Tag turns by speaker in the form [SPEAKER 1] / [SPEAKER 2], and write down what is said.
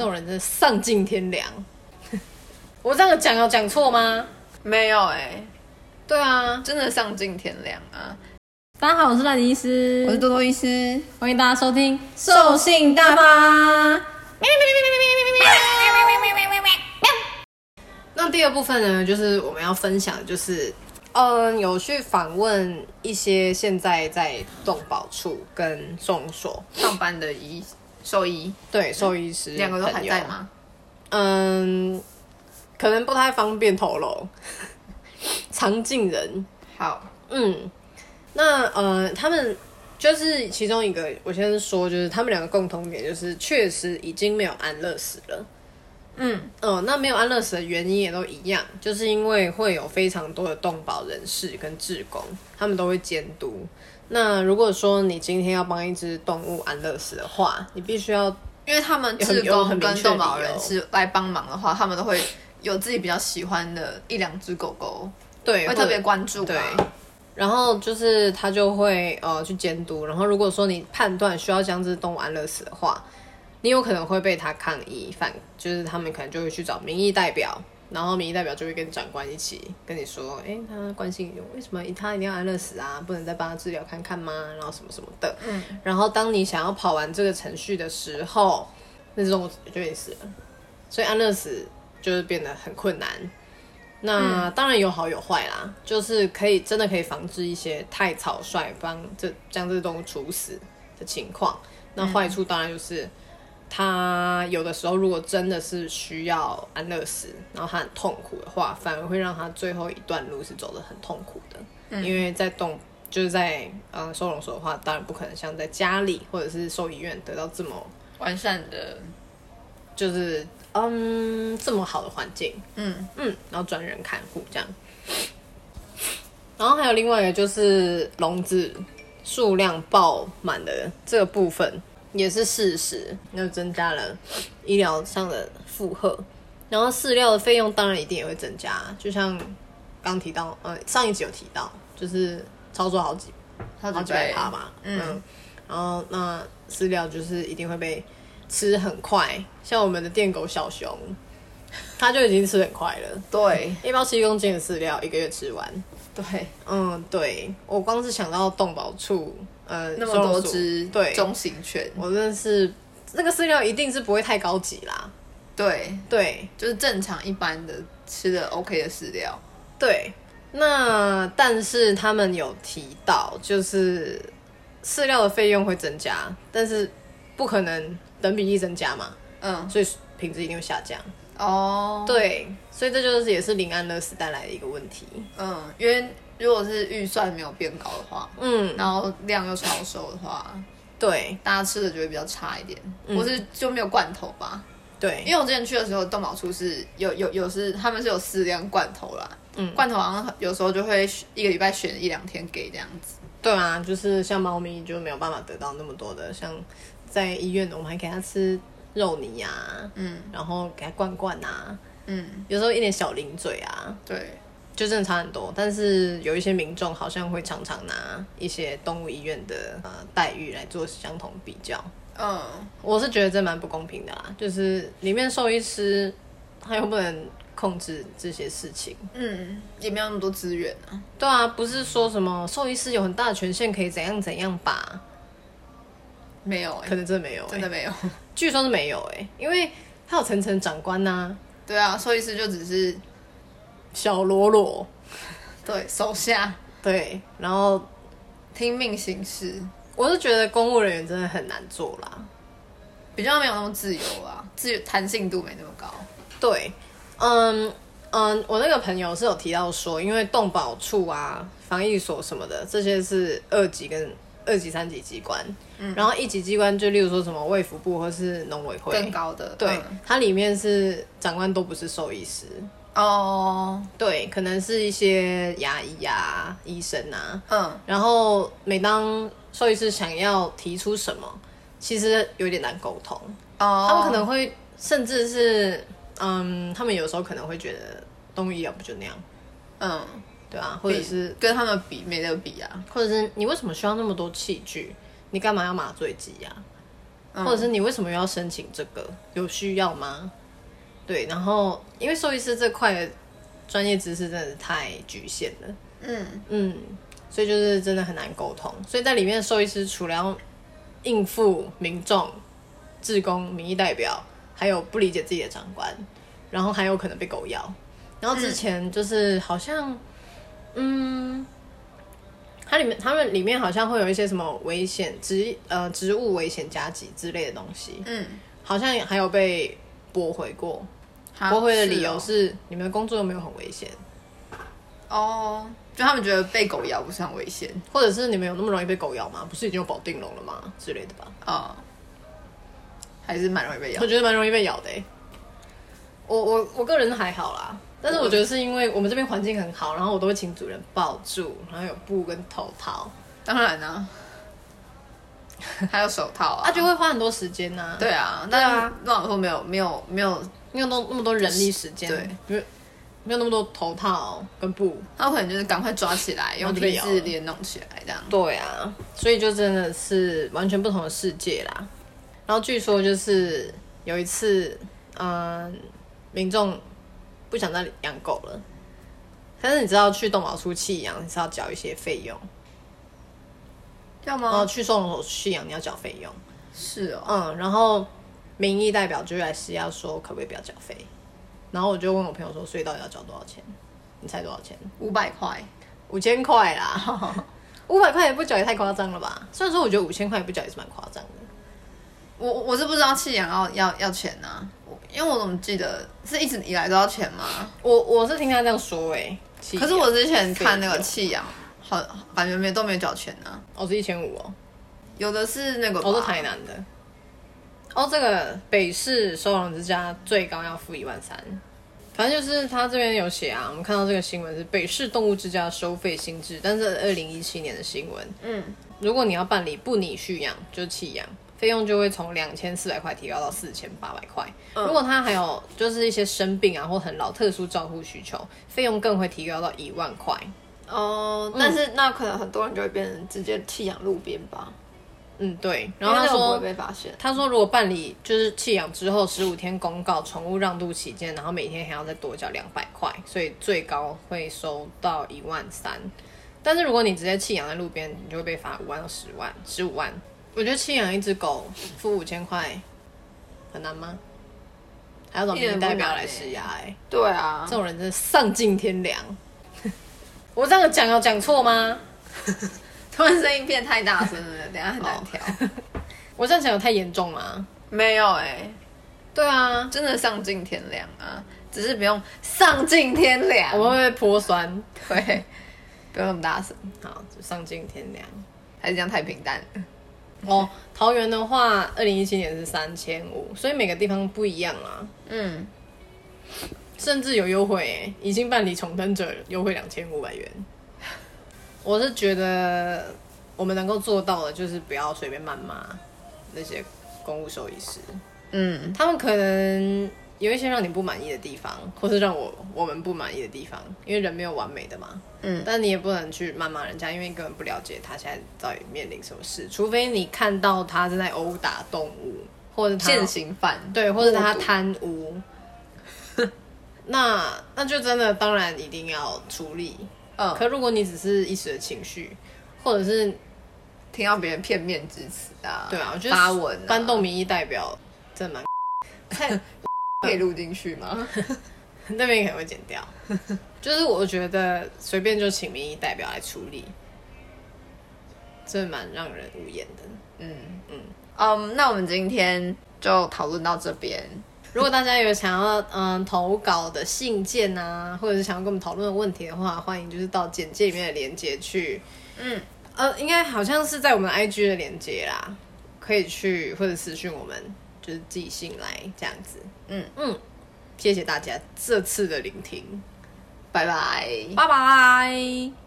[SPEAKER 1] 这种人真的丧尽天良。 我这样讲有讲错吗？
[SPEAKER 2] 没有哎、
[SPEAKER 1] 对啊，
[SPEAKER 2] 真的丧尽天良啊！
[SPEAKER 1] 大家好，我是赖迪医师，
[SPEAKER 2] 我是多多医师，
[SPEAKER 1] 欢迎大家收听《兽性大发》。 那第二部分呢，就是我们要分享，就是嗯，有去访问一些现在在动保处跟众所
[SPEAKER 2] 上班的医兽医，
[SPEAKER 1] 对兽医师
[SPEAKER 2] 两个都
[SPEAKER 1] 嗯
[SPEAKER 2] 还
[SPEAKER 1] 朋友
[SPEAKER 2] 在？吗？
[SPEAKER 1] 嗯，可能不太方便透露， 常进人。
[SPEAKER 2] 好，
[SPEAKER 1] 嗯，那呃，他们就是其中一个，我先说，就是他们两个共同点就是，确实已经没有安乐死了。
[SPEAKER 2] 嗯，
[SPEAKER 1] 嗯、那没有安乐死的原因也都一样，就是因为会有非常多的动保人士跟志工，他们都会监督。那如果说你今天要帮一只动物安乐死的话，你必须要
[SPEAKER 2] 因为他们
[SPEAKER 1] 有很
[SPEAKER 2] 志
[SPEAKER 1] 有很
[SPEAKER 2] 工
[SPEAKER 1] 明
[SPEAKER 2] 跟
[SPEAKER 1] 确的
[SPEAKER 2] 动保
[SPEAKER 1] 理由
[SPEAKER 2] 人士来帮忙的话，他们都会有自己比较喜欢的一两只狗狗，
[SPEAKER 1] 对
[SPEAKER 2] 会
[SPEAKER 1] 或
[SPEAKER 2] 特
[SPEAKER 1] 者
[SPEAKER 2] 别关注、啊。
[SPEAKER 1] 对，然后就是他就会呃去监督，然后如果说你判断需要将这只动物安乐死的话，你有可能会被他抗议，反就是他们可能就会去找民意代表，然后民意代表就会跟长官一起跟你说，哎，他关心你，为什么他一定要安乐死啊？不能再帮他治疗看看吗？然后什么什么的，嗯，然后当你想要跑完这个程序的时候，那只动物就已死了，所以安乐死就是变得很困难。那、当然有好有坏啦，就是可以真的可以防治一些太草率帮这将这动物处死的情况。那坏处当然就是，它有的时候如果真的是需要安乐死，然后它很痛苦的话，反而会让它最后一段路是走得很痛苦的，因为在动就是在呃收容所的话，当然不可能像在家里或者是兽医院得到这么
[SPEAKER 2] 完善的，
[SPEAKER 1] 就是嗯这么好的环境，
[SPEAKER 2] 嗯，
[SPEAKER 1] 嗯，然后专人看护这样。然后还有另外一个就是笼子数量爆满的这个部分也是事实，那就增加了医疗上的负荷，然后饲料的费用当然一定也会增加，就像刚提到，呃，上一集有提到，就是操作好几
[SPEAKER 2] 好
[SPEAKER 1] 好几百趴嘛，嗯然后那饲料就是一定会被吃很快，像我们的电狗小熊，它就已经吃很快了，
[SPEAKER 2] 对
[SPEAKER 1] 一包七公斤的饲料一个月吃完。
[SPEAKER 2] 对，
[SPEAKER 1] 嗯，对我光是想到动保处，呃，
[SPEAKER 2] 那么
[SPEAKER 1] 收容
[SPEAKER 2] 多
[SPEAKER 1] 所
[SPEAKER 2] 只
[SPEAKER 1] 对，
[SPEAKER 2] 中型犬，
[SPEAKER 1] 我真的是那个饲料一定是不会太高级啦，
[SPEAKER 2] 对，
[SPEAKER 1] 对
[SPEAKER 2] 就是正常一般的吃的 OK 的饲料，
[SPEAKER 1] 对。那但是他们有提到，就是饲料的费用会增加，但是不可能等比例增加嘛，
[SPEAKER 2] 嗯，
[SPEAKER 1] 所以品质一定会下降。
[SPEAKER 2] 哦，
[SPEAKER 1] 对，所以这就是也是林安乐死带来的一个问题。
[SPEAKER 2] 嗯，因为如果是预算没有变高的话，
[SPEAKER 1] 嗯，
[SPEAKER 2] 然后量又超收的话，
[SPEAKER 1] 对
[SPEAKER 2] 大家吃的就会比较差一点，
[SPEAKER 1] 嗯
[SPEAKER 2] 或是就没有罐头吧。因
[SPEAKER 1] 对，
[SPEAKER 2] 为我之前去的时候，动保处是有有有是他们是有适量罐头啦，
[SPEAKER 1] 嗯
[SPEAKER 2] 罐头好像有时候就会一个礼拜选一两天给这样子。
[SPEAKER 1] 对啊，就是像猫咪就没有办法得到那么多的，像在医院我们还给它吃肉泥啊，
[SPEAKER 2] 嗯
[SPEAKER 1] 然后给它灌灌啊，
[SPEAKER 2] 嗯，
[SPEAKER 1] 有时候一点小零嘴啊，
[SPEAKER 2] 对，
[SPEAKER 1] 就真的差很多。但是有一些民众好像会常常拿一些动物医院的呃待遇来做相同比较，
[SPEAKER 2] 嗯，
[SPEAKER 1] 我是觉得这蛮不公平的啦。就是里面兽医师他又不能控制这些事情。
[SPEAKER 2] 嗯，也没有那么多资源啊。
[SPEAKER 1] 对啊，不是说什么兽医师有很大的权限可以怎样怎样吧？
[SPEAKER 2] 没有、欸，
[SPEAKER 1] 可能真的没有、欸，
[SPEAKER 2] 真的没有。
[SPEAKER 1] 据说是没有哎、因为他有层层长官呐、
[SPEAKER 2] 对啊，兽医师就只是
[SPEAKER 1] 小罗罗
[SPEAKER 2] 对手下
[SPEAKER 1] 对，然后
[SPEAKER 2] 听命行事，
[SPEAKER 1] 我是觉得公务人员真的很难做啦。
[SPEAKER 2] 比较没有那么自由啊，自由弹性度没那么高。
[SPEAKER 1] 对，嗯嗯，我那个朋友是有提到说，因为动保处啊、防疫所什么的，这些是二级跟二级、三级机关，
[SPEAKER 2] 嗯
[SPEAKER 1] 然后一级机关就例如说什么卫福部或是农委会，
[SPEAKER 2] 更高的，
[SPEAKER 1] 对
[SPEAKER 2] 嗯，
[SPEAKER 1] 它里面是长官都不是兽医师，
[SPEAKER 2] 哦，
[SPEAKER 1] 对，可能是一些牙医啊、医生啊。
[SPEAKER 2] 嗯，
[SPEAKER 1] 然后每当兽医师想要提出什么，其实有点难沟通，
[SPEAKER 2] 哦，
[SPEAKER 1] 他们可能会甚至是嗯，他们有时候可能会觉得动物医疗不就那样，
[SPEAKER 2] 嗯，
[SPEAKER 1] 对啊，或者
[SPEAKER 2] 比
[SPEAKER 1] 是
[SPEAKER 2] 跟他们比没得比啊，啊
[SPEAKER 1] 或者是你为什么需要那么多器具？你干嘛要麻醉剂呀、
[SPEAKER 2] 嗯
[SPEAKER 1] 或者是你为什么要申请这个？有需要吗？对，然后因为兽医师这块的专业知识真的是太局限了，
[SPEAKER 2] 嗯，
[SPEAKER 1] 嗯，所以就是真的很难沟通。所以在里面，兽医师除了要应付民众、志工、民意代表，还有不理解自己的长官，然后还有可能被狗咬。然后之前就是好像，嗯，它里面他们里面好像会有一些什么危险植呃植物危险加急之类的东西，
[SPEAKER 2] 嗯，
[SPEAKER 1] 好像还有被驳回过。
[SPEAKER 2] 好
[SPEAKER 1] 驳回的理由
[SPEAKER 2] 是
[SPEAKER 1] 啊是哦你们的工作又没有很危险，
[SPEAKER 2] 哦，哦就他们觉得被狗咬不是很危险
[SPEAKER 1] 或者是你们有那么容易被狗咬吗？不是已经有保定龙了吗？之类的吧。
[SPEAKER 2] 哦，还是蛮容易被咬
[SPEAKER 1] 我。觉得蛮容易被咬的、欸。我我我个人还好啦，但是我觉得是因为我们这边环境很好，然后我都会请主人抱住，然后有布跟头套，
[SPEAKER 2] 当 然啊，还有手套啊，
[SPEAKER 1] 啊就会花很多时间呐、
[SPEAKER 2] 对啊，
[SPEAKER 1] 对啊
[SPEAKER 2] 但那我说没有没有没有，
[SPEAKER 1] 没有那那么多人力时间，
[SPEAKER 2] 对，
[SPEAKER 1] 没有没有那么多头套跟布。
[SPEAKER 2] 他们可能就是赶快抓起来，用
[SPEAKER 1] 就被
[SPEAKER 2] 皮
[SPEAKER 1] 咬
[SPEAKER 2] 质
[SPEAKER 1] 了
[SPEAKER 2] 连弄起来这样。
[SPEAKER 1] 对啊，所以就真的是完全不同的世界啦。然后据说就是有一次，嗯，民众不想再养狗了，但是你知道去动保处弃养你是要缴一些费用，
[SPEAKER 2] 要
[SPEAKER 1] 然后
[SPEAKER 2] 吗？
[SPEAKER 1] 去收容所弃养你要缴费用，
[SPEAKER 2] 是哦，
[SPEAKER 1] 嗯，然后民意代表就来施压说可不可以不要缴费，然后我就问我朋友说，所以到底要缴多少钱？你猜多少钱？
[SPEAKER 2] 五百块。
[SPEAKER 1] 五千块啦，五百块也不缴也太夸张了吧？虽然说我觉得五千块也不缴也是蛮夸张的。
[SPEAKER 2] 我我是不知道弃养要要要钱呐、啊，我因为我怎么记得是一直以来都要钱吗？
[SPEAKER 1] 我我是听他这样说哎、欸，
[SPEAKER 2] 可是我之前看那个
[SPEAKER 1] 费用
[SPEAKER 2] 弃养，好感觉没都没有缴钱呐、
[SPEAKER 1] 哦是一千五哦，
[SPEAKER 2] 有的是那
[SPEAKER 3] 哦
[SPEAKER 2] 个吧，
[SPEAKER 1] 我、是台南的。哦，这个北市收容之家最高要付一万三，反正就是他这边有写啊，我们看到这个新闻是北市动物之家收费新制，但是二零一七年的新闻，
[SPEAKER 2] 嗯，
[SPEAKER 1] 如果你要办理不拟续养，就是弃养，费用就会从两千四百块提高到四千八百块。
[SPEAKER 3] 嗯
[SPEAKER 1] 如果他还有就是一些生病啊或很老特殊照护需求，费用更会提高到一万块。
[SPEAKER 2] 嗯
[SPEAKER 3] 哦，但是那可能很多人就会变成直接弃养路边吧，
[SPEAKER 1] 嗯，对。
[SPEAKER 3] 因
[SPEAKER 1] 然
[SPEAKER 3] 为
[SPEAKER 1] 后他
[SPEAKER 3] 那个不
[SPEAKER 1] 说
[SPEAKER 3] 会，被发现。
[SPEAKER 1] 他说如果办理就是弃养之后十五天公告宠物让渡期间，然后每天还要再多交两百块，所以最高会收到一万三。但是如果你直接弃养在路边，你就会被罚五万到十万、十五万。我觉得弃养一只狗付五千块很难吗？还要找民意代表来施压、欸，
[SPEAKER 3] 对啊
[SPEAKER 1] 这，种人真的丧尽天良。我这样讲有讲错吗？
[SPEAKER 2] 突然声音变太大声了， 等一下很
[SPEAKER 3] 哦
[SPEAKER 2] 难调。
[SPEAKER 1] 我这样讲有太严重吗？
[SPEAKER 2] 没有哎、
[SPEAKER 1] 对啊，
[SPEAKER 2] 真的丧尽天良啊，只是不用丧尽天良，
[SPEAKER 1] 我们会不会泼酸？
[SPEAKER 2] 对，不用那么大声，
[SPEAKER 1] 好，就丧尽天良。
[SPEAKER 2] 还是这样太平淡了。
[SPEAKER 1] 哦，桃园的话，二零一七年是三千五，所以每个地方不一样啦，
[SPEAKER 2] 嗯，
[SPEAKER 1] 甚至有优惠、欸，已经办理重登者优惠两千五百元。我是觉得我们能够做到的，就是不要随便谩骂那些公务兽医师，
[SPEAKER 2] 嗯，
[SPEAKER 1] 他们可能有一些让你不满意的地方，或是让我我们不满意的地方，因为人没有完美的嘛。
[SPEAKER 2] 嗯
[SPEAKER 1] 但你也不能去谩骂人家，因为你根本不了解他现在到底面临什么事，除非你看到他正在殴打动物，或者他
[SPEAKER 2] 现行犯，
[SPEAKER 1] 对，或者他
[SPEAKER 2] 目睹
[SPEAKER 1] 贪污，那那就真的当然一定要处理。
[SPEAKER 2] 嗯，
[SPEAKER 1] 可如果你只是一时的情绪，或者是
[SPEAKER 2] 听到别人片面之词啊，
[SPEAKER 1] 对啊，我觉得
[SPEAKER 2] 发文、啊、
[SPEAKER 1] 搬动民意代表真的蛮 太
[SPEAKER 2] 可以录进去吗？
[SPEAKER 1] 那边可能会剪掉。就是我觉得随便就请民意代表来处理，这蛮让人无言的。
[SPEAKER 2] 嗯，那我们今天就讨论到这边。
[SPEAKER 1] 如果大家有想要嗯投稿的信件啊，或者是想要跟我们讨论的问题的话，欢迎就是到简介里面的连接去，
[SPEAKER 2] 嗯，
[SPEAKER 1] 呃，应该好像是在我们 IG 的连接啦，可以去或者私讯我们，就是寄信来这样子。
[SPEAKER 2] 嗯
[SPEAKER 1] 嗯，谢谢大家这次的聆听，
[SPEAKER 2] 拜拜。
[SPEAKER 1] 拜拜。